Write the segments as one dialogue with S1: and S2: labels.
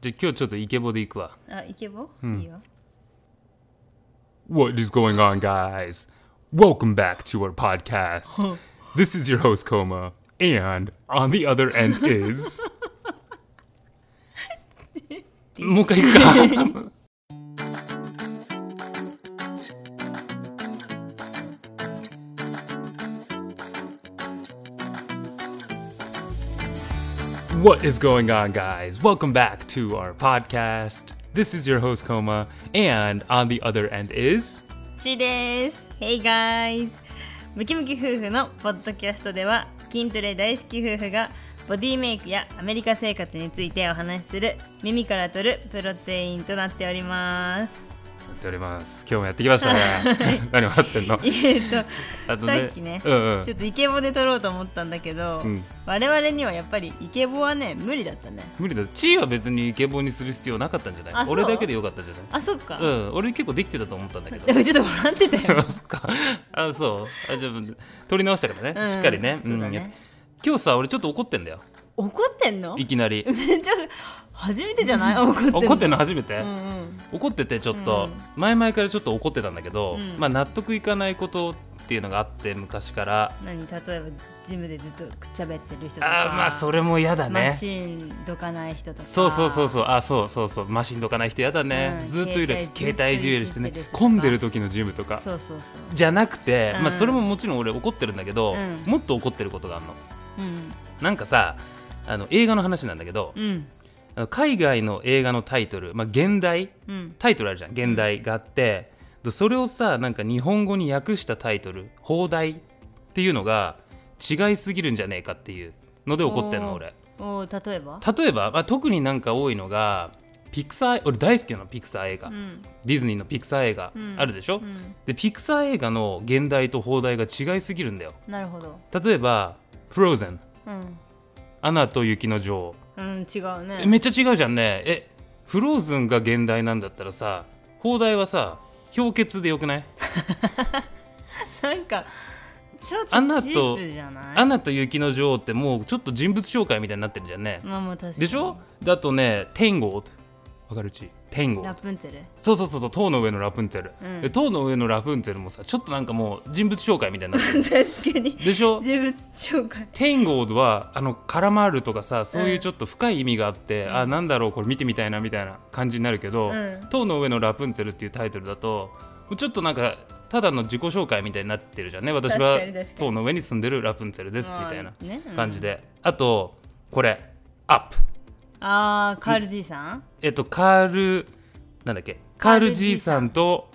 S1: じゃあ今日ちょっとイケボで行くわ。
S2: あ、イケボ、いいよ。
S1: What is going on, guys? Welcome back to our podcast. this is your host, Coma. And on the other end is. もう一回行くか。What is going on, guys? Welcome back to our podcast. This is your host, Coma. And on the other end is.
S2: ちーです。Hey guys! ムキムキ夫婦のポッドキャストでは筋トレ大好き夫婦がボディメイクやアメリカ生活についてお話しする耳から取るプロテインとなってお ります。
S1: やっております。今日もやってきましたね。 何待ってんの？
S2: えーっと、
S1: あと
S2: さっきね
S1: うんうん
S2: ちょっとイケボで撮ろうと思ったんだけど、
S1: うん
S2: 我々にはやっぱりイケボはね無理だったね。
S1: 無理だ。地位は別にイケボにする必要なかったんじゃな
S2: あ
S1: い？
S2: そう
S1: 俺だけでよかったんじゃない？
S2: あ、そっか。
S1: うん、俺結構できてたと思ったんだけど
S2: で。もちょっと笑ってた よ。
S1: そっかあ、そう。あ、じゃあ取り直したからね。
S2: うん
S1: しっかりね。
S2: そうだ
S1: ん
S2: ね
S1: や今日さ、俺ちょっと怒ってんだよ。
S2: 怒ってんの
S1: いきなり。
S2: めっちゃ初めてじゃない怒ってんの
S1: 怒ってんの初めて
S2: う。んうん
S1: 怒っててちょっと、
S2: う
S1: 前々からちょっと怒ってたんだけど、
S2: うん
S1: まあ納得いかないことっていうのがあって昔から。
S2: 何例えばジムでずっとくっちゃべってる人とか
S1: あーまあそれも嫌だね。
S2: マシンどかない人とか
S1: そうそうそう
S2: う
S1: そうあそうそうそうマシンどかない人やだね、
S2: うん
S1: ずっといる携
S2: 携帯
S1: 帯いじるしてね
S2: ずっといじってる人とか
S1: 混んでる時のジムとか
S2: そうそうそう
S1: じゃなくて、
S2: うん
S1: まあ、それももちろん俺怒ってるんだけど、
S2: うん
S1: もっと怒ってることがあるの
S2: うん
S1: なんかさあの映画の話なんだけど、
S2: うん
S1: あの海外の映画のタイトル、まあ、現代
S2: うん
S1: タイトルあるじゃん現代があってでそれをさなんか日本語に訳したタイトル放題っていうのが違いすぎるんじゃねえかっていうので怒ってんの俺。
S2: おー例えば
S1: 例えば、まあ、特になんか多いのがピクサー俺大好きなのピクサー映画、
S2: うん
S1: ディズニーのピクサー映画、
S2: うん
S1: あるでしょ、
S2: うん
S1: でピクサー映画の現代と放題が違いすぎるんだよ
S2: なるほど
S1: 例えば「フローゼン
S2: うん
S1: アナと雪の女王
S2: うん違う」
S1: え
S2: ね
S1: めっちゃ違うじゃんねえフローズンが現代なんだったらさ放題はさ氷結でよくない
S2: なんかちょっと
S1: アナと
S2: チープじゃない
S1: アナと雪の女王ってもうちょっと人物紹介みたいになってるじゃんね、
S2: まあまあ確かに
S1: でしょだとね「天狗」わかるうち天狗
S2: ラプンツェル
S1: そうそうそうそう塔の上のラプンツェル、
S2: うん
S1: で塔の上のラプンツェルもさちょっとなんかもう人物紹介みたいになってる
S2: 確かに
S1: でしょ
S2: 人物紹介
S1: 天狗はあのカラマールとかさそういうちょっと深い意味があって、あなんだろうこれ見てみたいなみたいな感じになるけど、
S2: うん
S1: 塔の上のラプンツェルっていうタイトルだとちょっとなんかただの自己紹介みたいになってるじゃんね私は
S2: 確かに確かに
S1: 塔の上に住んでるラプンツェルですみたいな
S2: まあねうん
S1: 感じで、あとこれアップ
S2: あーカール爺さん
S1: えっとカールなんだっけカール爺さんと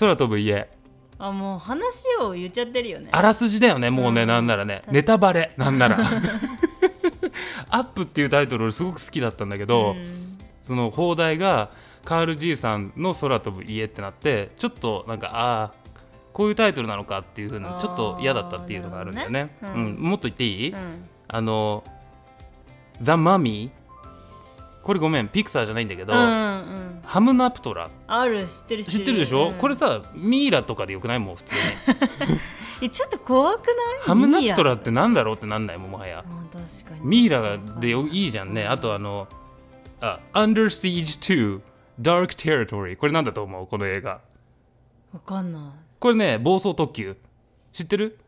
S1: 空飛ぶ家
S2: あもう話を言っちゃってるよね
S1: あらすじだよねもうね、
S2: うん
S1: なんならね
S2: 確かに
S1: ネタバレなん なら 「アップっていうタイトル俺すごく好きだったんだけど、
S2: うん
S1: その放題がカール爺さんの空飛ぶ家ってなってちょっとなんかああこういうタイトルなのかっていうふうに
S2: あー
S1: ちょっと嫌だったっていうのがあるんだよね
S2: なるほどね
S1: うんもっと言っていい、
S2: うん
S1: あの「The Mummy」これごめんピクサーじゃないんだけど、
S2: うんうん
S1: ハムナプトラ
S2: ある知ってる
S1: 知ってるでしょ、
S2: うん
S1: これさミイラとかでよくないもう普 通に
S2: えちょっと怖くない
S1: ハムナプト
S2: ラ
S1: ラってなんだろうってなんないもんもはや
S2: 確かに
S1: ミイラがでよいいじゃんね。あとあの、あ、Under Siege 2 Dark Territory。これなんだと思うこの映画。
S2: わかんな
S1: これね、暴走特急。知ってる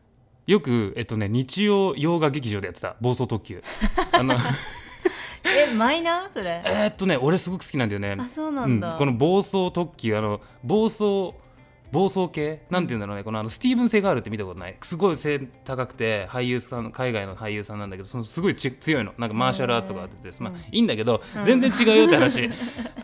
S1: よく、えっとね、日曜洋画劇場でやってた、暴走特急。あの、
S2: いえマイナーそれ
S1: えーっとね、俺すごく好きなんだよね。
S2: あそうなんだ、
S1: うんこの暴走特急、あの、暴走、暴走系なんて言うんだろうね、このあのスティーブン・セガールって見たことない。すごい背高くて、俳優さん、海外の俳優さんなんだけど、そのすごいち強いの。なんかマーシャルアーツとか出てて、まあ
S2: うん
S1: いいんだけど、全然違うよって 話。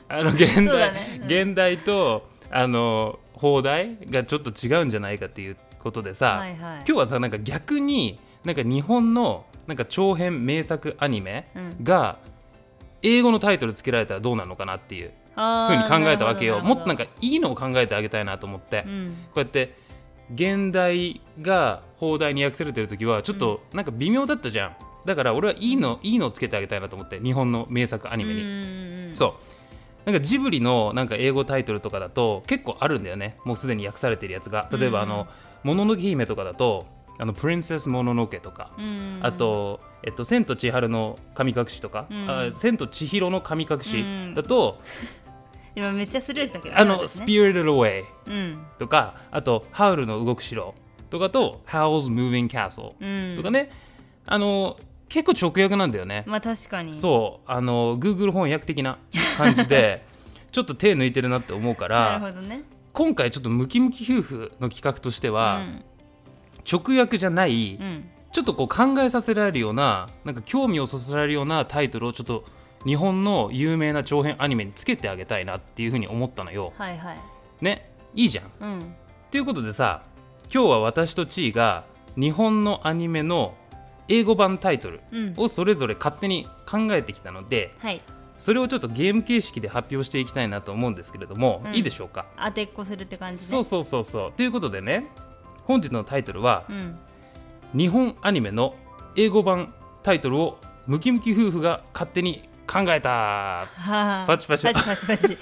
S1: あの、現
S2: そうだ
S1: 代、
S2: ねうん
S1: 現代と、あの、放題がちょっと違うんじゃないかっていうことでさ、
S2: はいはい
S1: 今日はさ、なんか逆に、なんか日本の、なんか長編名作アニメが、英語のタイトルつけられたらどうなのかなっていう。
S2: あ
S1: ふうに
S2: ー
S1: 考えたわけよ
S2: る
S1: も
S2: ほ
S1: っ
S2: ど
S1: となんかいいのを考えてあげたいなと思って、
S2: う
S1: こ
S2: ん
S1: うやって現代が放題に訳されてる時はちょっとなんか微妙だったじゃんだから俺はいいのいいのをつけてあげたいなと思って日本の名作アニメに、
S2: にう
S1: そうなんかジブリのなんか英語タイトルとかだと結構あるんだよねもうすでに訳されてるやつが例えば
S2: う
S1: あ
S2: ん
S1: の「もののけ姫」とかだと「あのプリンセスもののけ」とか、
S2: んうんうん
S1: あとえっと、千と千尋の神隠しとか、
S2: うん
S1: あ千と千尋の神隠
S2: うん
S1: しだと、
S2: 今めっちゃスルーしたけどね
S1: あの、
S2: 私ね
S1: Spirited Away
S2: うん
S1: とか、あと、ハウルの動く城とかと、Howl's Moving Castle
S2: うん
S1: とかね、あの、結構直訳なんだよね。
S2: まあ確かに
S1: そう、あの、Google 翻訳的な感じ で、ちょっと手抜いてるなって思うか
S2: なる
S1: ら、
S2: ほどね
S1: 今回ちょっとムキムキ夫婦の企画として
S2: う
S1: は、
S2: ん
S1: 直訳じゃない、
S2: うん
S1: ちょっとこう考えさせられるような、なんか興味をそそられるようなタイトルをちょっと、日本の有名な長編アニメにつけてあげたいなっていうふうに思ったのよ。
S2: はいはい
S1: ね、いいじゃん。
S2: うん
S1: ということでさ今日は私とちーが日本のアニメの英語版タイトル
S2: うん
S1: をそれぞれ勝手に考えてきたので
S2: はい
S1: それをちょっとゲーム形式で発表していきたいなと思うんですけれども、
S2: うん
S1: いいでしょうか
S2: 当てっこするって感じね
S1: そうそうそうそうということでね本日のタイトルは
S2: う、ん
S1: 日本アニメの英語版タイトルをムキムキ夫婦が勝手に考えた
S2: はあ
S1: パチパチ
S2: パチパチパチ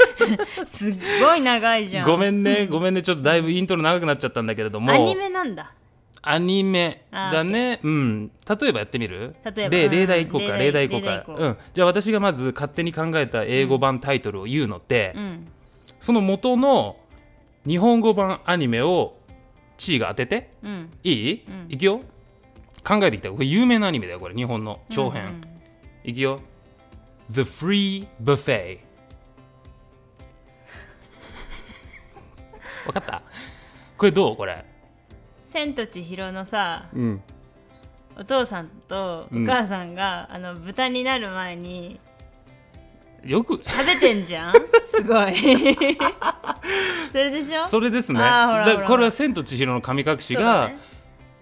S2: すっごい長いじゃん
S1: ごめんねごめんねちょっとだいぶイントロ長くなっちゃったんだけれども
S2: アニメなんだ
S1: アニメ
S2: あー
S1: だね。うん。例えばやってみる
S2: 例えば
S1: 例
S2: うん
S1: 例題いこうか。
S2: 例
S1: 例
S2: 題
S1: 題いこう
S2: 例題い
S1: か。
S2: こう
S1: うん。じゃあ私がまず勝手に考えた英語版タイトルを言うのって、
S2: うん
S1: その元の日本語版アニメを地位が当てて。
S2: うん
S1: いい、
S2: うん
S1: いくよ。考えてきた。これ有名なアニメだよ、これ。日本の長編。
S2: うん
S1: いくよ。The Free Buffet。わかったこれどうこれ。
S2: 千と千尋のさ
S1: うん。
S2: お父さんとお母さんが、あの豚になる前に
S1: よく。
S2: 食べてんじゃん すごいそれでしょ
S1: それですね。
S2: あーほらほら
S1: だからこれは千と千尋の神隠し
S2: そうだ
S1: が
S2: ね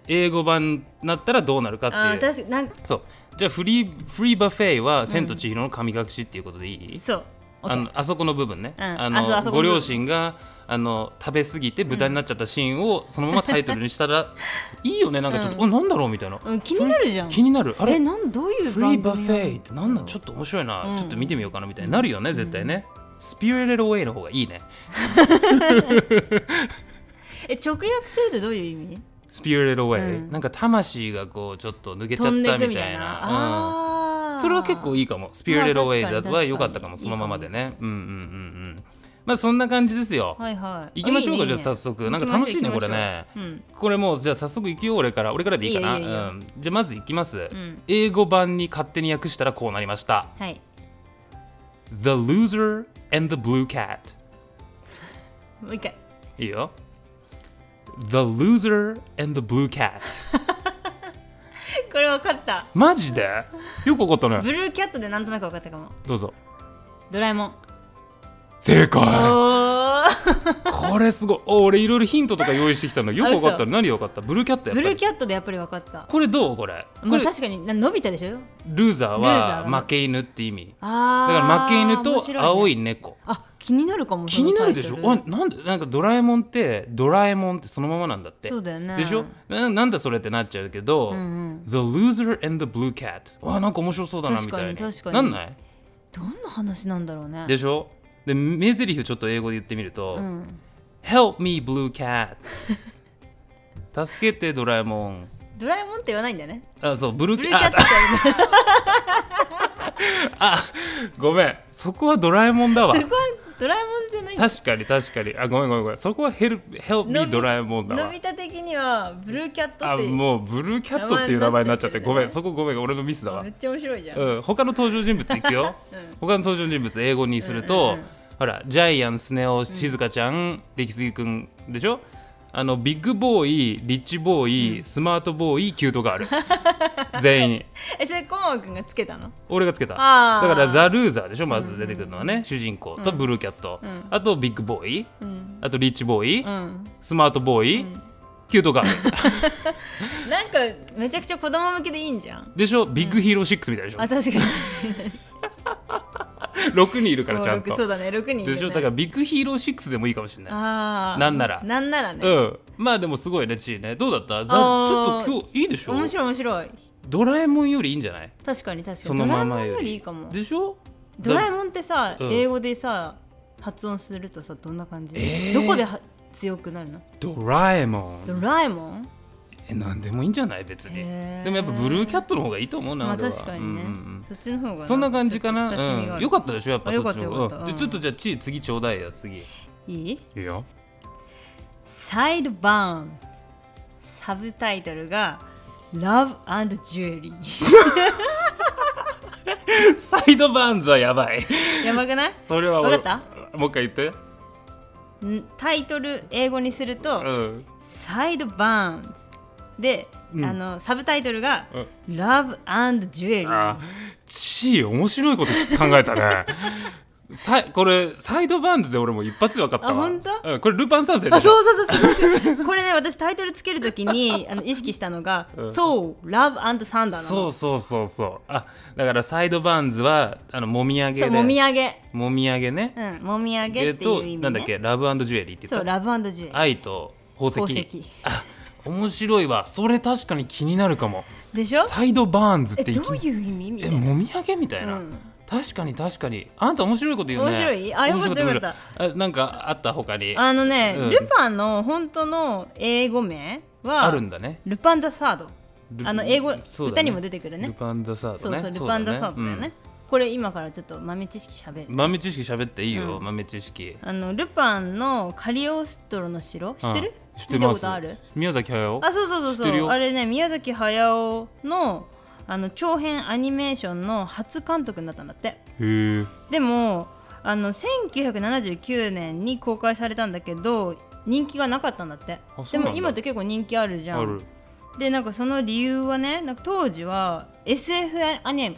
S1: 英語版になったらどうなるか
S2: あ
S1: っ
S2: ー
S1: ていう。
S2: 確かなんか
S1: そう。じゃあフリーフリーバフェイは千と千尋の神隠しっていうことでいい？
S2: そう
S1: あのあそこの部分ね。
S2: うん
S1: あ
S2: あそう
S1: の
S2: あそこ
S1: ご
S2: の部分
S1: 両親があの食べ過ぎて豚になっちゃったシーンをそのままタイトルにしたらいいよね。なんかちょっと、
S2: う
S1: おなんだろうみたいな。
S2: うん、気になるじゃん
S1: 気になる。あ
S2: え
S1: れ。
S2: なんどういう
S1: フリー
S2: 番組
S1: バフェイ
S2: イ
S1: ってなんだちょっと面白いな、
S2: うん
S1: ちょっと見てみようかなみたいになるよね絶対ね、スピリテルウェイの方がいいね
S2: え直訳するってどういう意味
S1: スピリテルウェイ、
S2: うん
S1: なんか魂がこうちょっと抜けちゃっ
S2: 飛
S1: た
S2: ん
S1: み
S2: で
S1: たい
S2: いく
S1: な
S2: みたいな、
S1: うん
S2: あー
S1: それは結構いいかもスピリテルウェイだ
S2: 確か
S1: と
S2: に
S1: は良かったか
S2: 確か
S1: も
S2: に
S1: そのままでねうんうんうんうんまあそんな感じですよ、
S2: はいはい
S1: 行きましょうか
S2: いいねいいね
S1: じゃあ早速なんか楽しいね
S2: 行
S1: これ
S2: きまょう
S1: ね
S2: 行きましょう
S1: これもうじゃあ早速行くよ俺から俺からでいいかない
S2: いよいいよいいよ
S1: うんじゃあまず行きます、
S2: うんうん
S1: 英語版に勝手に訳したらこうなりました
S2: はい
S1: The loser and the blue cat
S2: もう一回
S1: いいよ The loser and the blue cat
S2: これ分かった
S1: マジでよくわかったね
S2: ブルーキャットでなんとなく分かったかも
S1: どうぞ
S2: ドラえもん
S1: 正
S2: お
S1: 解
S2: ー
S1: これすごいお俺いろいろヒントとか用意してきたのよく分かった
S2: 嘘
S1: ね何よかったブルーキャットやっぱ
S2: ブルー
S1: り
S2: キャットでやっぱり分かった
S1: これどうこれこ
S2: まあ
S1: れ
S2: 確かになのび太でしょ
S1: ルーザー
S2: ルー
S1: は
S2: ザーが
S1: 負け犬って意味だ
S2: あー
S1: から負け犬
S2: 面
S1: と
S2: 白ね
S1: 青い猫
S2: あ気になるかも
S1: 気になるでしょ
S2: そのタ
S1: あ
S2: イトル
S1: なんでなんかドラえもんってドラえもんってそのままなんだって
S2: そうだよね
S1: でしょななんだそれってなっちゃうけど、
S2: うんうん、
S1: The loser and the blue cat わあなんか面白そうだなみたいに
S2: 確かに確かに
S1: なんない
S2: どんな話なんだろうね
S1: でしょで名台詞ちょっと英語で言ってみると、
S2: うん
S1: Help me blue cat 助けてドラえもん
S2: ドラえもんって言わないんだよね
S1: あそうブルー
S2: ブ
S1: キ
S2: ル
S1: ャ
S2: ーキャ
S1: ッ
S2: ット
S1: ト
S2: って言わ
S1: あごめんそこはドラえもんだわ
S2: ないそこはドラえもんじゃないんだ
S1: 確かに確かにあごめんごめんごめんそこはヘルヘル
S2: の
S1: ミ
S2: び
S1: ドラえもんだ
S2: の
S1: わ
S2: び太的にはブルーキャット
S1: あ
S2: って
S1: もうブルーキャットっていう名前になっちゃって
S2: 名前
S1: ご
S2: にな
S1: め
S2: っちゃ
S1: んそ
S2: ってるね
S1: こごめん俺のミスだわ
S2: めっちゃ面白いじゃん、
S1: うん他の登場人物いくよ、
S2: うん
S1: 他の登場人物英語にする
S2: うんう
S1: と、
S2: んうん
S1: ほらジャイアンスネ夫静香ちゃん、出来杉くんでしょあのビッグボーイリッチボーイ、スマートボーイキュートガール全員
S2: えそれコーン君がつけたの
S1: 俺がつけただ
S2: あー
S1: からザ・ルーザーでしょまず出てくるのはね、主人公とブルーキャット、
S2: うん
S1: あとビッグボーイ
S2: うん
S1: あとリッチボーイ、
S2: うん
S1: スマートボーイ、
S2: うん
S1: キュートガー ル
S2: なんかめちゃくちゃ子供向けでいいんじゃん
S1: でしょビッグヒーロー6みたいでしょ、
S2: あ確かに
S1: 6人いるからちゃん
S2: 六
S1: と
S2: そうだね六人いるね
S1: でしょだからビッグヒーロー6でもいいかもしれない
S2: あー
S1: なんなら
S2: なんならね、
S1: うん、まあでもすごいねチーねどうだったざち
S2: あー
S1: ょっと今日いいでしょ
S2: 面白い面白い
S1: ドラえもんよりいいんじゃない
S2: 確かに確か
S1: そ
S2: に
S1: のま
S2: ド
S1: ま
S2: ラえもん
S1: よ
S2: より
S1: り
S2: いいかも
S1: でしょ
S2: ドラえもんってさ、
S1: うん
S2: 英語でさ発音するとさどんな感じ、
S1: えー
S2: どこでは強くなるの
S1: ドラえもん
S2: ドラえもん
S1: えなんでもいいんじゃない別に、
S2: へー
S1: でもやっぱブルーキャットの方がいいと思うな、
S2: まあ
S1: 俺は
S2: 確かにね、
S1: うんうん
S2: そっちの方
S1: う
S2: が
S1: んそんな感じかな
S2: ちょっと親しみがあ
S1: うん
S2: る
S1: よかったでしょやっぱ
S2: あよか
S1: そ
S2: っ
S1: ったちの方
S2: よかった
S1: うんじゃあ
S2: うん
S1: ちょっとじゃあチー次ちょうだいよ次い
S2: いい
S1: いよ
S2: サイドバーンサブタイトルが Love and Jewelry
S1: サイドバーンズはやばい
S2: やばくない
S1: それは俺
S2: わか
S1: もう一回言って
S2: んタイトル英語にすると、
S1: うん
S2: サイドバーンズで、
S1: うん
S2: あのサブタイトルが
S1: うん
S2: 「Love and Jewelry
S1: あチー面白いこと考えた ねさこれサイドバーンズで俺も一発で分かったわ
S2: あほんと
S1: うん、これルパン三世」
S2: あ
S1: う
S2: そうそうそうそうそうこれね私タイトルつけるときにあの意識したのが「
S1: うん
S2: So Love and Thunder」なの
S1: そうそうそうそうあだからサイドバーンズはあのもみあげ
S2: そ
S1: で
S2: うもみあげ
S1: もみあげね、
S2: うんもみあげ
S1: え
S2: っ
S1: って
S2: いう意
S1: と、
S2: 味、ね、
S1: なんだっけラブジュエリーって
S2: そ
S1: 言
S2: う
S1: った
S2: ラブジュエリー
S1: 愛と宝石
S2: 宝石
S1: あ面白いわそれ確かに気になるかも
S2: でしょ
S1: サイドバーンズっ
S2: え
S1: てい
S2: ど
S1: き
S2: ういう意味みた
S1: え
S2: いな
S1: もみあげみたいな、
S2: うん
S1: 確かに確かにあんた面白いこと言うね
S2: 面白いあよかった
S1: 面白
S2: よか
S1: 面白いあなんかあった他にあ
S2: あのね、
S1: うん
S2: ルパンの本当の英語名は
S1: るんだね
S2: ルパンダサード
S1: ル
S2: あの英語、
S1: そうだね
S2: 歌にも出てくるね
S1: ルパンダサード
S2: そう
S1: ね
S2: そうルパンダサードだよね、
S1: うん
S2: これ今からちょっと豆知識しゃべる、
S1: 豆知識喋っていいよ、
S2: うん
S1: 豆知識
S2: あのルパンのカリオストロの城知ってる、
S1: うん知って
S2: 見た
S1: ま
S2: こ
S1: す
S2: とある
S1: 宮崎駿
S2: あそうそうそう
S1: 知って
S2: そ
S1: る
S2: う
S1: よ
S2: あれね宮崎駿のあの長編アニメーションの初監督になったんだって
S1: へえ
S2: でもあの1979年に公開されたんだけど人気がなかったんだって
S1: あそ
S2: で
S1: うなんだ
S2: も今って結構人気あるじゃ
S1: あ
S2: ん
S1: る
S2: でなんかその理由はねなんか当時は SF アニメ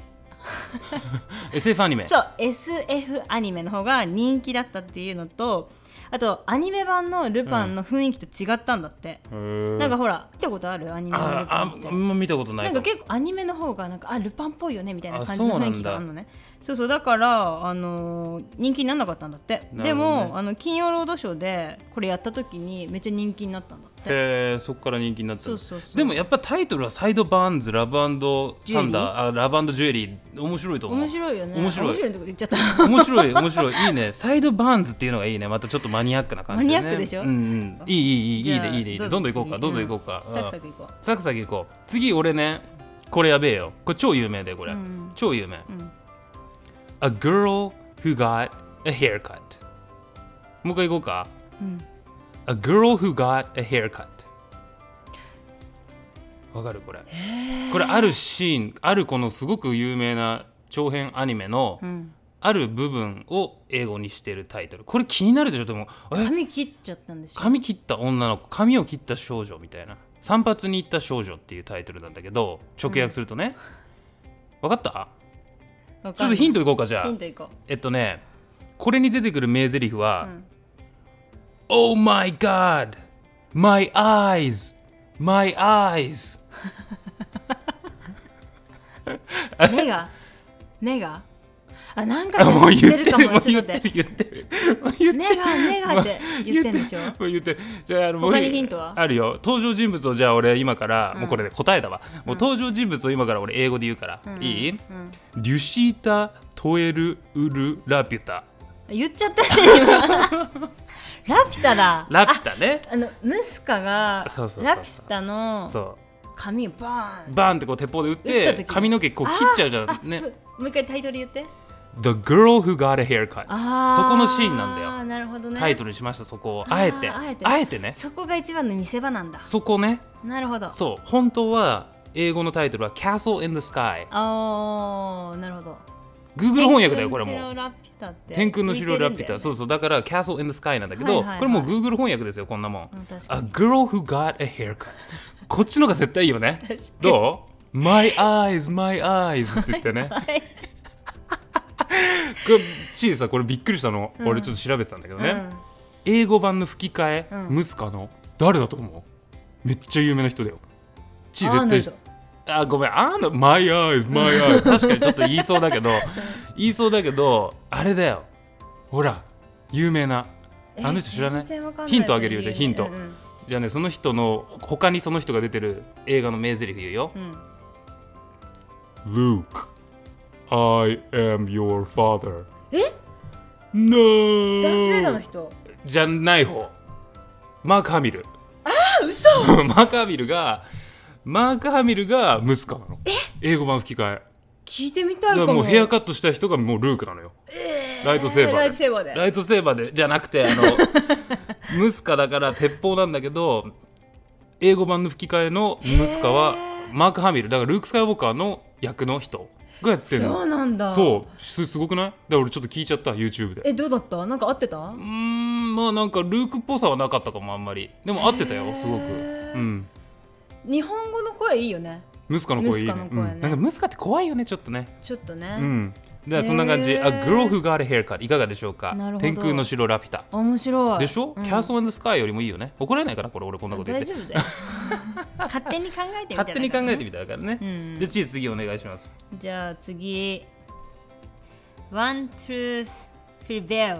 S1: SF アニメ
S2: そう SF アニメの方が人気だったっていうのとあとアニメ版のルパンの雰囲気と違ったんだって、
S1: な
S2: なんかほら見たことあるアニメのルパン
S1: あ
S2: って
S1: ああんま見たことない
S2: なん
S1: か
S2: か
S1: も
S2: 結構アニメの方がなんかあルパンっぽいよねみたいな感じ
S1: あそ
S2: の
S1: うなん
S2: 雰囲
S1: だ
S2: 気があるのねそうそうだから、あのー人気にならなかったんだって、
S1: な
S2: で
S1: るほどね
S2: もあの金曜ロードショーでこれやった時にめっちゃ人気になったんだって
S1: へえそこから人気になった
S2: そ
S1: ん
S2: う
S1: だ
S2: そうそう
S1: でもやっぱタイトルはサイドバーンズラブ
S2: ジュエ
S1: サ
S2: リー
S1: ンダーあラブジュエリー面白いと思う
S2: 面白いよね
S1: 面白い
S2: 面白いってこと言っちゃった
S1: 面白い面白いいいねサイドバーンズっていうのがいいねまたちょっとマニアックな感じで、ね、
S2: マニアックでしょ
S1: うんうんいいいいいいい
S2: じ
S1: いい
S2: ゃあ
S1: ねいいねいいね
S2: ど
S1: ど
S2: うんぞ
S1: どん行こうか
S2: 次
S1: どんどん行こうか、うん
S2: サクサクいこう
S1: サクサク行こう次俺ねこれやべえよこれ超有名だよこれ、
S2: うん
S1: 超有名、
S2: ん
S1: A girl who got a haircut もう一回行こうか
S2: うん
S1: A girl who got a haircut わかるこれ、これあるシーンあるこのすごく有名な長編アニメの
S2: うん
S1: ある部分を英語にしてるタイトルこれ気になるでしょでもえ
S2: 髪切っちゃったんでしょ
S1: 髪切った女の子髪を切った少女みたいな散髪に行った少女っていうタイトルなんだけど直訳するとね、わかった
S2: わか
S1: ちょ
S2: ん
S1: っ
S2: な
S1: と
S2: い
S1: ヒントいこうかじゃ
S2: ヒ
S1: あ
S2: ントいこ
S1: えっとねこれに出てくる名台詞
S2: う、う
S1: は、
S2: ん
S1: Oh my god! My eyes! My eyes!
S2: 目が目があなんか
S1: あもう
S2: 知っ
S1: 言
S2: て
S1: っ
S2: る
S1: て
S2: か
S1: る、も
S2: も
S1: う
S2: ち
S1: 言
S2: ょっ
S1: っ
S2: と
S1: て
S2: 待
S1: る、言
S2: って
S1: ってる。もう言ってる
S2: 目が目がって言ってんで しょ
S1: もう言ってるじゃああのもう
S2: 他にヒントは
S1: あるよ登場人物をじゃあ俺今から、
S2: うん
S1: もうこれで答えだわ、もう登場人物を今から俺英語で言うから、
S2: うん
S1: いい、
S2: うん
S1: リュシータ・トエル・ウル・ラピュタ
S2: 言っちゃったね 今ラピュタだ
S1: ラピュタね
S2: あのムスカが
S1: そうそうそうそう
S2: ラピュタの
S1: そ
S2: 髪をバー
S1: う
S2: ン
S1: バーンってこう鉄砲で打っ
S2: 打った
S1: て
S2: 時
S1: 髪の毛こう切っちゃうじゃ
S2: あ
S1: んね
S2: ふもう一回タイトル言って
S1: The girl who got a haircut
S2: あ
S1: そこのシーンなんだよ
S2: よなるほどね
S1: タイト
S2: ル
S1: ルにしましたそこを
S2: あー
S1: あえて
S2: あえて
S1: ね
S2: そこが一番の見せ場なんだ
S1: そこね
S2: なるほど
S1: そう本当は英語のタイトルは Castle in the Sky
S2: あーなるほど
S1: Google 翻訳だよこれ
S2: 天空
S1: も
S2: の
S1: う
S2: 城ラピ
S1: 天空の城ラピ
S2: ュタって
S1: ュタそううそうだから Castle in the Sky なんだけ
S2: はい
S1: ど
S2: はいはい
S1: これもう Google 翻訳ですよこんなもん
S2: うん確
S1: A
S2: かに
S1: girl who got a haircut こっちのが絶対いいよ ね
S2: かに
S1: どう ?My eyes, my eyes って言って ね
S2: はい
S1: これチーさこれびっくりしたの俺ちょっと調べてたんだけどね英語版の吹き替え、
S2: うん
S1: ムスカの誰だと思うめっちゃ有名な人だよチ
S2: アー
S1: ー
S2: ノル
S1: 絶
S2: ド
S1: 対あごめんあのマイアイズマイアイズ確かにちょっと言いそうだけど言いそうだけどあれだよほら有名な
S2: え
S1: あの人知らない
S2: 全然わかんない
S1: ヒントあげるよじゃあヒント
S2: うんうん
S1: じゃあねその人のほ他にその人が出てる映画の名台詞言うよ
S2: うん
S1: Luke I am your father
S2: え
S1: No
S2: ダースベイダーの人
S1: じゃない方マーク・ハミル
S2: あ嘘
S1: マーク・ハミルがマーク・ハミルがムスカなの英語版吹き替え
S2: 聞いてみた
S1: だ
S2: い
S1: か
S2: からも
S1: もうヘアカットした人がもうルークなのよ、ライトセーバーで
S2: ライトセーバーで
S1: ライトセーバーでじゃなくてあ のムスカだから鉄砲なんだけど英語版の吹き替えのムスカはマーク・ハミルだからルーク・スカイウォーカーの役の人がやってる
S2: そう
S1: の
S2: なんだ
S1: そうすすごくないだから俺ちょっと聞いちゃった YouTube で
S2: えどうだったなんか合ってた
S1: うーんまあなんかルークっぽさはなかったかもあんまりでも合ってたよ
S2: へー
S1: すごくうん
S2: 日本語の声いいよね
S1: ムスカの声いいね
S2: ムスカの声ね
S1: うんなんかムスカって怖いよねちょっとね
S2: ちょっと
S1: う
S2: ね、
S1: んでそんな感じ「
S2: へ
S1: A
S2: ー
S1: Girl Who Got a Haircut」いかがでしょうか
S2: なるほど
S1: 天空の城ラピュタ
S2: 面白い
S1: でしょ、
S2: うん
S1: キャスト・ン・スカイよりもいいよね怒られないからこれ俺こんなこと言っ
S2: 大
S1: て
S2: 丈夫 だよ勝手に考えてみたら
S1: 勝手に考えてみたからね、
S2: うん
S1: でチー次お願いします
S2: じゃあ次 One Truth Prevails
S1: も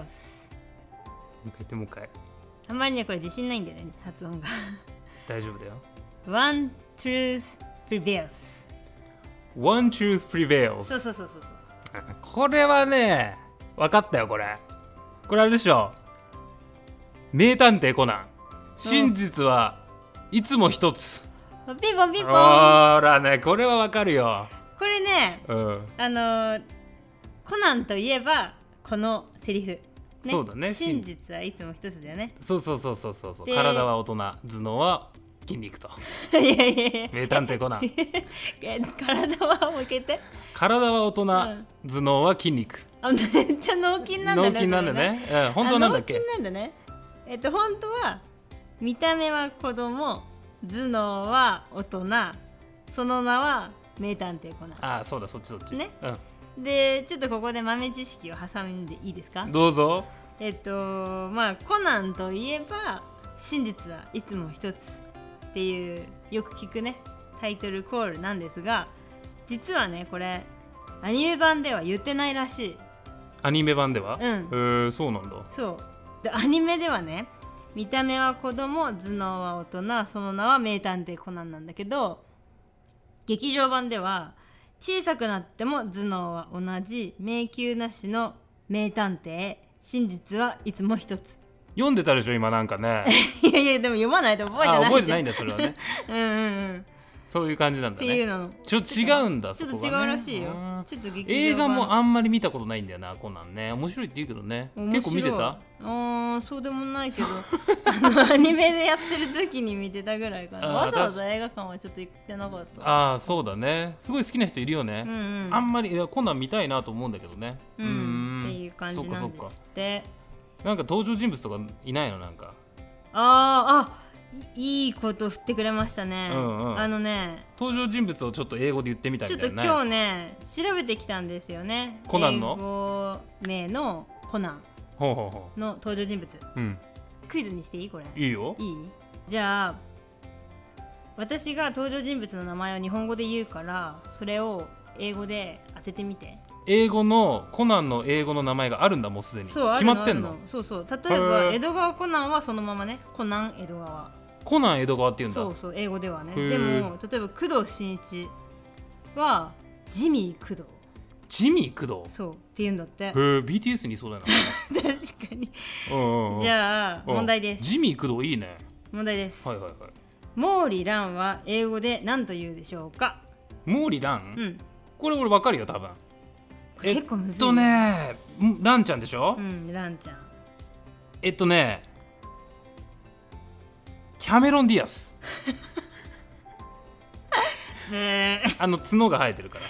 S1: う一回言ってもう一回
S2: あんまりねこれ自信ないんだよね発音が
S1: 大丈夫だよ
S2: One Truth Prevails
S1: One Truth Prevails
S2: そうそうそうそうそう
S1: これはね分かったよこれこれあれでしょ名探偵コナン真実はいつも一つ、
S2: ポンピンポンピン
S1: ほ
S2: ポン
S1: らねこれは分かるよ、
S2: これね
S1: うん、
S2: あのーコナンといえばこのセリフ、ね、
S1: そうだね
S2: 真実はいつも一つだ よね
S1: そうそうそうそうそうそう
S2: で
S1: 体は大人頭脳は筋肉と
S2: いやいやいや
S1: 名探偵コナ ン
S2: え体は向けて
S1: 体は大人、
S2: ん
S1: 頭脳は筋肉
S2: あめっちゃ脳筋なんだ
S1: 脳
S2: ね
S1: 筋なんだ
S2: それ
S1: ね、うん、本当はなんだっ
S2: あ
S1: け
S2: 脳筋なんだねえっと本当は見た目は子供頭脳は大人その名は名探偵コナ
S1: ああそうだそっちそっち、
S2: ねンでちょっとここで豆知識を挟んでいいですか
S1: うん、どうぞ
S2: えっとまあコナンといえば真実はいつも一つっていうよく聞くねタイトルコールなんですが実はねこれアニメ版では言ってないらしい
S1: アニメ版では、
S2: うん
S1: えー、そうなんだ
S2: そうでアニメではね見た目は子供頭脳は大人その名は名探偵コナンなんだけど劇場版では小さくなっても頭脳は同じ迷宮なしの名探偵真実はいつも一つ
S1: 読んでたでしょ今なんか ね
S2: いやいやでも読まないと覚えて
S1: あ
S2: ない
S1: 覚えてないん
S2: だ
S1: だそれは ね
S2: うんうんうんっ
S1: そういう感じなんだ
S2: てい
S1: ね
S2: うなの
S1: ちょっと違うんだ
S2: ちょっ
S1: そ
S2: と
S1: こ
S2: 違
S1: がね
S2: うらしいよ
S1: うん
S2: ちょっと劇場版
S1: 映画もあんまり見たことないんだよなコナンね面白いって言うけどね結構見てた
S2: あーそうでもないけど あのアニメでやってる時に見てたぐらいかな
S1: あー
S2: わざわ
S1: 確
S2: ざ映画館はちょっと行ってなかった
S1: ああそうだねすごい好きな人いるよね
S2: うん、うん
S1: あんまりいやコナン見たいなと思うんだけどね
S2: うん
S1: ー
S2: っていう感じな
S1: そっ
S2: ん
S1: かそ
S2: で
S1: っか
S2: すって
S1: なんか登場人物とかいないのなんか
S2: あーあいいいこと振ってくれましたね、
S1: うんうん
S2: あのね
S1: 登場人物をちょっと英語で言ってみた
S2: ちょ
S1: み
S2: ったと
S1: いな
S2: 今日
S1: ね
S2: ね調べてきたんですよね
S1: コナンの
S2: 英語名のコナン
S1: ほうほうほ
S2: の登場人物
S1: ううん
S2: クイズにしていいこれ
S1: いいよ
S2: いいじゃあ私が登場人物の名前を日本語で言うからそれを英語で当ててみて
S1: 英語のコナンの英語の名前があるんだもうすでに決
S2: そう
S1: まって
S2: あ
S1: ん
S2: る
S1: の
S2: あるそうそう例
S1: へ
S2: えば
S1: ー
S2: 江戸川コナンはそのままねコナン江戸川
S1: コナン江戸川って言うんだ
S2: そうそう英語ではね
S1: へー
S2: でも例えば工藤新一はジミー工藤
S1: ジミー工藤
S2: そうって言うんだって
S1: へえ BTS にいそうだよ
S2: 確かに
S1: なうんうんうん
S2: じゃあ
S1: うん
S2: 問題です
S1: ジミー工藤いいね
S2: 問題です
S1: はいはいはい
S2: 毛利蘭は英語で何と言うでしょうか
S1: 毛利蘭、
S2: うん
S1: これ俺わかるよ多分
S2: これ結構むずい
S1: えっとねん蘭ちゃんでしょ、
S2: うん蘭ちゃん
S1: えっとねキャメロン・ディアス
S2: へー
S1: あの角が生えてるから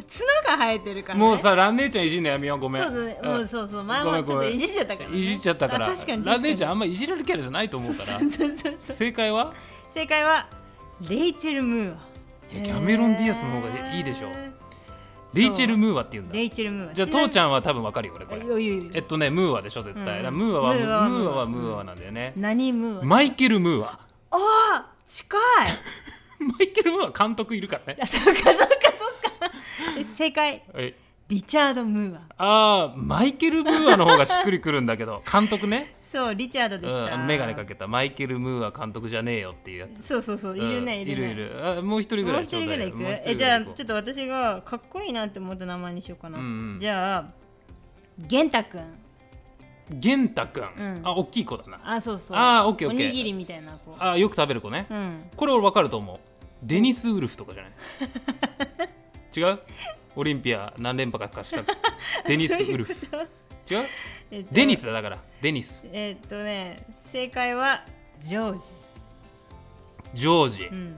S2: あ角が生えてるから、ね、
S1: もうさ、ラン姉ちゃんいじんのやめよう、ごめん。
S2: そうだね、もうそうそう前
S1: ごめ
S2: も
S1: ん
S2: ち
S1: ご
S2: ょっと
S1: めん
S2: いじっちゃったから、ね、
S1: いじっちゃったから。
S2: あ確かに
S1: ラン姉ちゃん、あ
S2: ん
S1: んまいじられるキャラじゃないと思うから。
S2: そうそうそう
S1: 正解は。
S2: 正解はレイチェル・ムーア
S1: いやキャメロン・ディアスの方がいいでしょレイチェル・ムーアって言うん
S2: レ
S1: だ。
S2: イチェル・ムーア
S1: じゃあ、父ち
S2: ゃ
S1: ゃんは多分わかるよ、俺これ。えっとね、ムーアでしょ、絶対。
S2: うん
S1: だからムーアは、ム
S2: ム
S1: ー
S2: ー
S1: ア
S2: ア
S1: は
S2: は
S1: ムーアは
S2: ムーア
S1: ムーアなんだよね。
S2: 何ムーア
S1: マイケル・ムーア。
S2: あー 近い
S1: マイケル・ムーア監督いるからね。
S2: あそうかそうかそうかえ正解
S1: え
S2: リチャード・ムーア
S1: あーマイケル・ムーアの方がしっくりくるんだけ ど監督ね、
S2: そうリチャード
S1: う
S2: で
S1: ん、
S2: した、
S1: あの眼鏡かけたマイケル・ムーア監督じゃねえよっていうやつ
S2: そうそうそういるね、
S1: うん
S2: いるね
S1: いるあもう一人ぐ
S2: も
S1: ら
S2: う
S1: い
S2: 一
S1: ちょ
S2: 人
S1: うだ
S2: ぐ
S1: い
S2: らい
S1: よ
S2: いく
S1: もう一人ぐらい
S2: えじゃあ
S1: 行こう
S2: ちょっと私がかっこいいなって思った名前にしようかな、
S1: うんうん
S2: じゃあ玄太くん
S1: 玄太くん、
S2: うん
S1: あ大きい子だな
S2: あそうそう
S1: あーオッケーオッケー
S2: おにぎりみたいな子
S1: あよく食べる子ね、
S2: うん
S1: これ俺分かると思うデニス・ウルフとかじ ゃない違うオリンピア何連覇か したデニス・ウルフ
S2: そういうこ
S1: 違う
S2: とえっと
S1: デニスだだからデニス
S2: えっとね正解はジョージ、
S1: ジョージ
S2: うん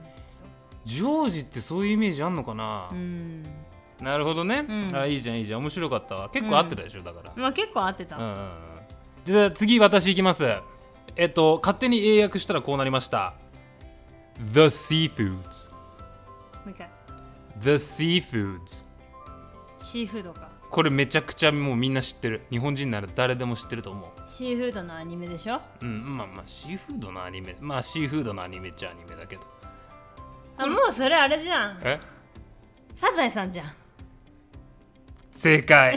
S1: ジョージってそういうイメージあんのかな
S2: う、ん、
S1: なるほどね、
S2: うん
S1: あいいじゃんいいじゃん面白かったわ結構合ってたでしょ、だから
S2: まあ結構合ってた、
S1: うんうんうんじゃあ次私いきますえっと勝手に英訳したらこうなりました The Seafoods
S2: もう一回
S1: The Seafoods
S2: シーフードか
S1: これめちゃくちゃもうみんな知ってる日本人なら誰でも知ってると思
S2: シーフードのアニメでしょ
S1: ううんまあまあシーフードのアニメまあシーフードのアニメっちゃアニメだけど
S2: あもうそれあれじゃん
S1: え
S2: サザエさんじゃん
S1: 正 解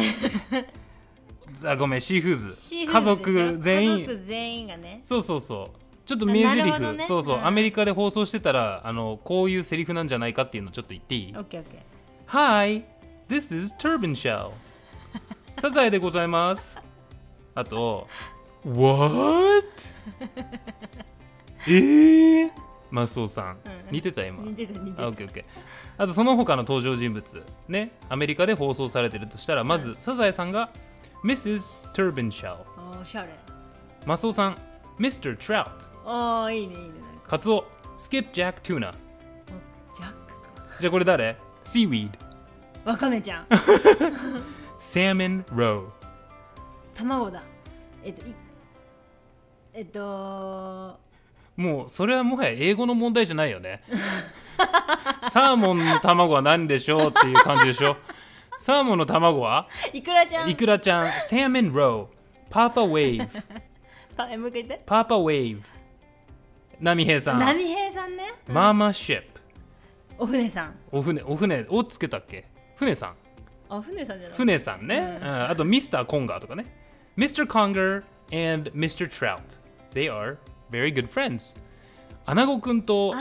S1: あごめんシーフーズ
S2: シーフ
S1: 家
S2: ードでしょ
S1: 族全員
S2: 家族全員がね
S1: そうそうそうちょっと名
S2: な
S1: 台
S2: るほど
S1: 詞、
S2: ね
S1: そうそう、
S2: うん
S1: アメリカで放送してたらあのこういうセリフなんじゃないかっていうのちょっと言っていい
S2: オッケーオッケー
S1: Hi, this is Turbin Shell. サザエでございます。あと、What? えー、マスオさん
S2: ん。
S1: 似てた今。
S2: 似てた似て
S1: あ、
S2: た
S1: オッケーオッケー。あとその他の登場人物、ね、アメリカで放送されてるとしたら、まずサザエさんが Mrs. Turbin Shell。
S2: おしゃれ
S1: マスオさん、Mr. Trout。
S2: おーいいねいいねなんか
S1: カツオ、Skip Jack Tuna。
S2: おジャックか
S1: じゃあこれ誰 ?Seaweed。
S2: わかめ ちゃん
S1: Salmon Roe。
S2: 卵だえっといえっと
S1: もうそれはもはや英語の問題じゃないよねサーモンの卵は何でしょうっていう感じでしょサーモンの卵はい
S2: くらちゃん
S1: イクラちゃんサーモンローパーパウェーブ
S2: パえもう一回言って
S1: パーパウェーブ波平さん
S2: 波平さんね
S1: マーマシップ
S2: お船さん
S1: お船お船をつけたっけ船さん
S2: あ船さんじゃない
S1: 船さんね、
S2: うん
S1: うんあとミスターコンガーとかね Mr. Conger and Mr. Trout they are very good friends アナゴくんと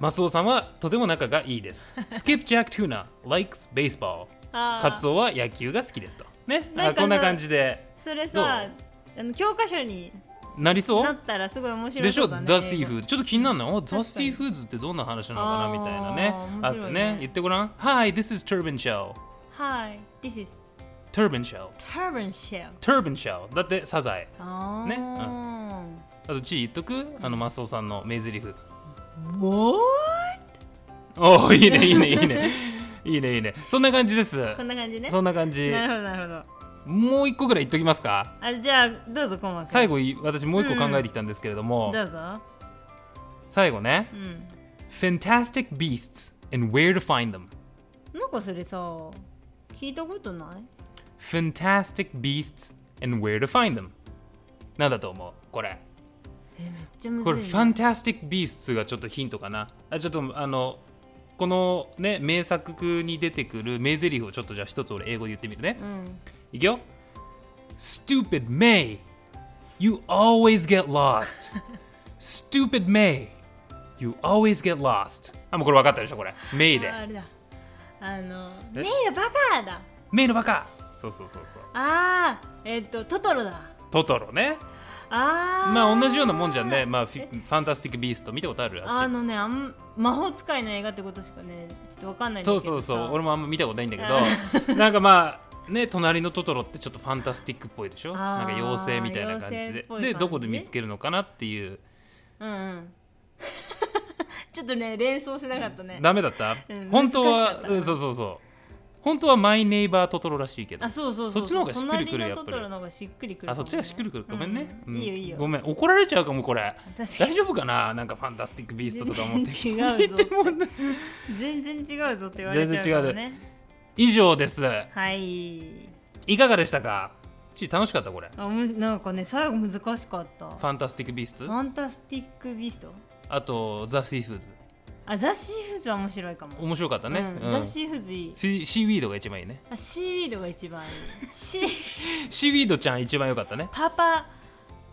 S1: マスオさんはとても仲がいいです Skipjack Tuna likes baseball
S2: あー
S1: カツオは野球が好きですとね
S2: なんか
S1: あこんな感じで
S2: それさあの教科書に
S1: なりそ
S2: な
S1: う
S2: ったらすごい面白い
S1: でしょ、
S2: だ
S1: The Seafood ちょっと気になるのお The
S2: かに
S1: Seafoods ってどんな話なのかなみたいなね
S2: あ
S1: あ
S2: ー面白
S1: と
S2: いね
S1: ね言ってごらん Hi this is Turbin Shell
S2: Hi this is
S1: Turbin Shell
S2: turban shell
S1: Turbin Shell だってサザエ
S2: あー
S1: ねあと地位言っとくあのマスオさんの名台詞
S2: What？
S1: おおいいねいいねいい ねいいねいいねそんな感じです
S2: こんな感じね
S1: そんな感じ
S2: なるほどなるほど
S1: もう一個ぐらい言っときますか
S2: あじゃあどうぞコマ
S1: 最
S2: 後
S1: 後い私もう一個考えてきたんですけれども、
S2: どうぞ
S1: 最後ね
S2: うん
S1: 「Fantastic Beasts and Where to Find Them」
S2: なんかそれさ聞いたことない
S1: 「Fantastic Beasts and Where to Find Them」なんだと思うこれ
S2: えめっちゃむず
S1: こ
S2: い
S1: れ「
S2: ね
S1: Fantastic Beasts」がちょっとヒントかなあちょっとあのこのね名作に出てくる名台詞をちょっとじゃあ一つ俺英語で言ってみるね、
S2: うん
S1: いくよ Stupid May You always get lost Stupid May You always get lost あもうこれ分かったでしょこれ May で
S2: ああれだあの
S1: え
S2: メイのバカだ
S1: May のバカそうそうそうそう
S2: あーえっとトトロだ
S1: トトロね
S2: あー
S1: まあ同じようなもんじゃんねまあフィファンタスティックビースト見たことあるあ
S2: あ
S1: っち
S2: のねあん魔法使いの映画ってことしかねちょっとわかんないんだ
S1: そ
S2: け
S1: う
S2: ど
S1: そうそう
S2: 俺
S1: 俺もあんま見たことないんだけど なんかまあね隣のトトロってちょっとファンタスティックっぽいでしょ
S2: あー
S1: なんか妖精みたいな感じ
S2: 妖精
S1: で
S2: っぽい感
S1: で
S2: じ
S1: どこで見つけるのかなっていう
S2: うんうん ちょっとね連想しなかったね
S1: ダメだ った、
S2: うん
S1: 本当
S2: 難しか
S1: は
S2: ったな
S1: うんそうそうそう本当はマイネイバートトロらしいけど
S2: あそうそうそ
S1: そ
S2: う
S1: っちの方がしっくりくる
S2: 隣
S1: やっ
S2: の
S1: ぱ
S2: ト
S1: り
S2: トロの方がしっくりくる
S1: あそっちがしっくりくるごめんね、
S2: う
S1: うん
S2: いいよいいよ
S1: ごめん怒られちゃうかもこれ
S2: 私
S1: 大丈夫かななんかファンタスティックビーストとか思って
S2: 全然違うぞ
S1: でもね
S2: 全然違うぞって言われちゃうから
S1: 全
S2: ね
S1: 以上です
S2: はい
S1: いかがでしたかち楽しかったこれフ
S2: あむなんかね最後難しかったフ
S1: ァンタスティックビースト
S2: ァンタスティックビースト
S1: あとザ・シーフーズ
S2: あザ・シーフーズは面白いかも
S1: 面白かったね、
S2: うん
S1: うん
S2: ザ・シーフーズいい
S1: シシーウィードが一番いいね
S2: あシーウィードが一番いいシー
S1: シーウィードちゃん一番良かったね
S2: パパ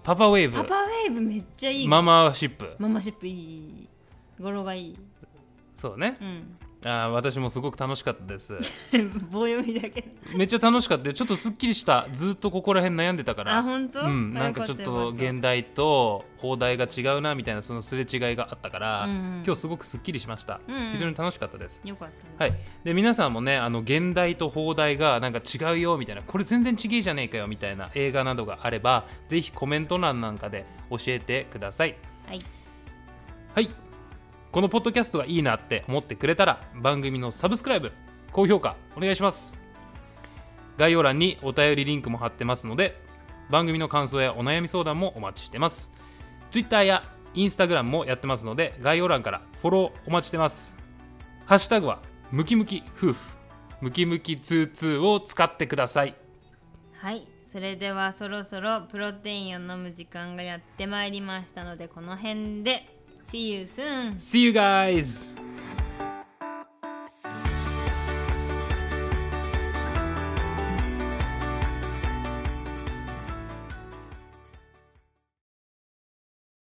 S1: パパウェーブ
S2: パパウェーブめっちゃいい
S1: ママシップ
S2: ママシップいい語呂がいい
S1: そうね
S2: うん
S1: あー私もすごく楽しかったです
S2: 棒読みだけど
S1: めっちゃ楽しかったよちょっとすっきりしたずっとここら辺悩んでたから
S2: あ本当
S1: うん、なんかちょっと現代と放題が違うなみたいなそのすれ違いがあったから、
S2: うんうん
S1: 今日すごくすっきりしました、
S2: うんうん
S1: 非常に楽しかったです
S2: よかったね
S1: はい、で皆さんもねあの現代と放題がなんか違うよみたいなこれ全然違えじゃねえかよみたいな映画などがあればぜひコメント欄なんかで教えてください
S2: はい
S1: はいこのポッドキャストがいいなって思ってくれたら番組のサブスクライブ高評価お願いします概要欄にお便りリンクも貼ってますので番組の感想やお悩み相談もお待ちしてます Twitter や Instagram もやってますので概要欄からフォローお待ちしてますハッシュタグはムキムキ夫婦ムキムキ22を使ってください
S2: はいそれではそろそろプロテインを飲む時間がやってまいりましたのでこの辺で See you soon!
S1: See you guys!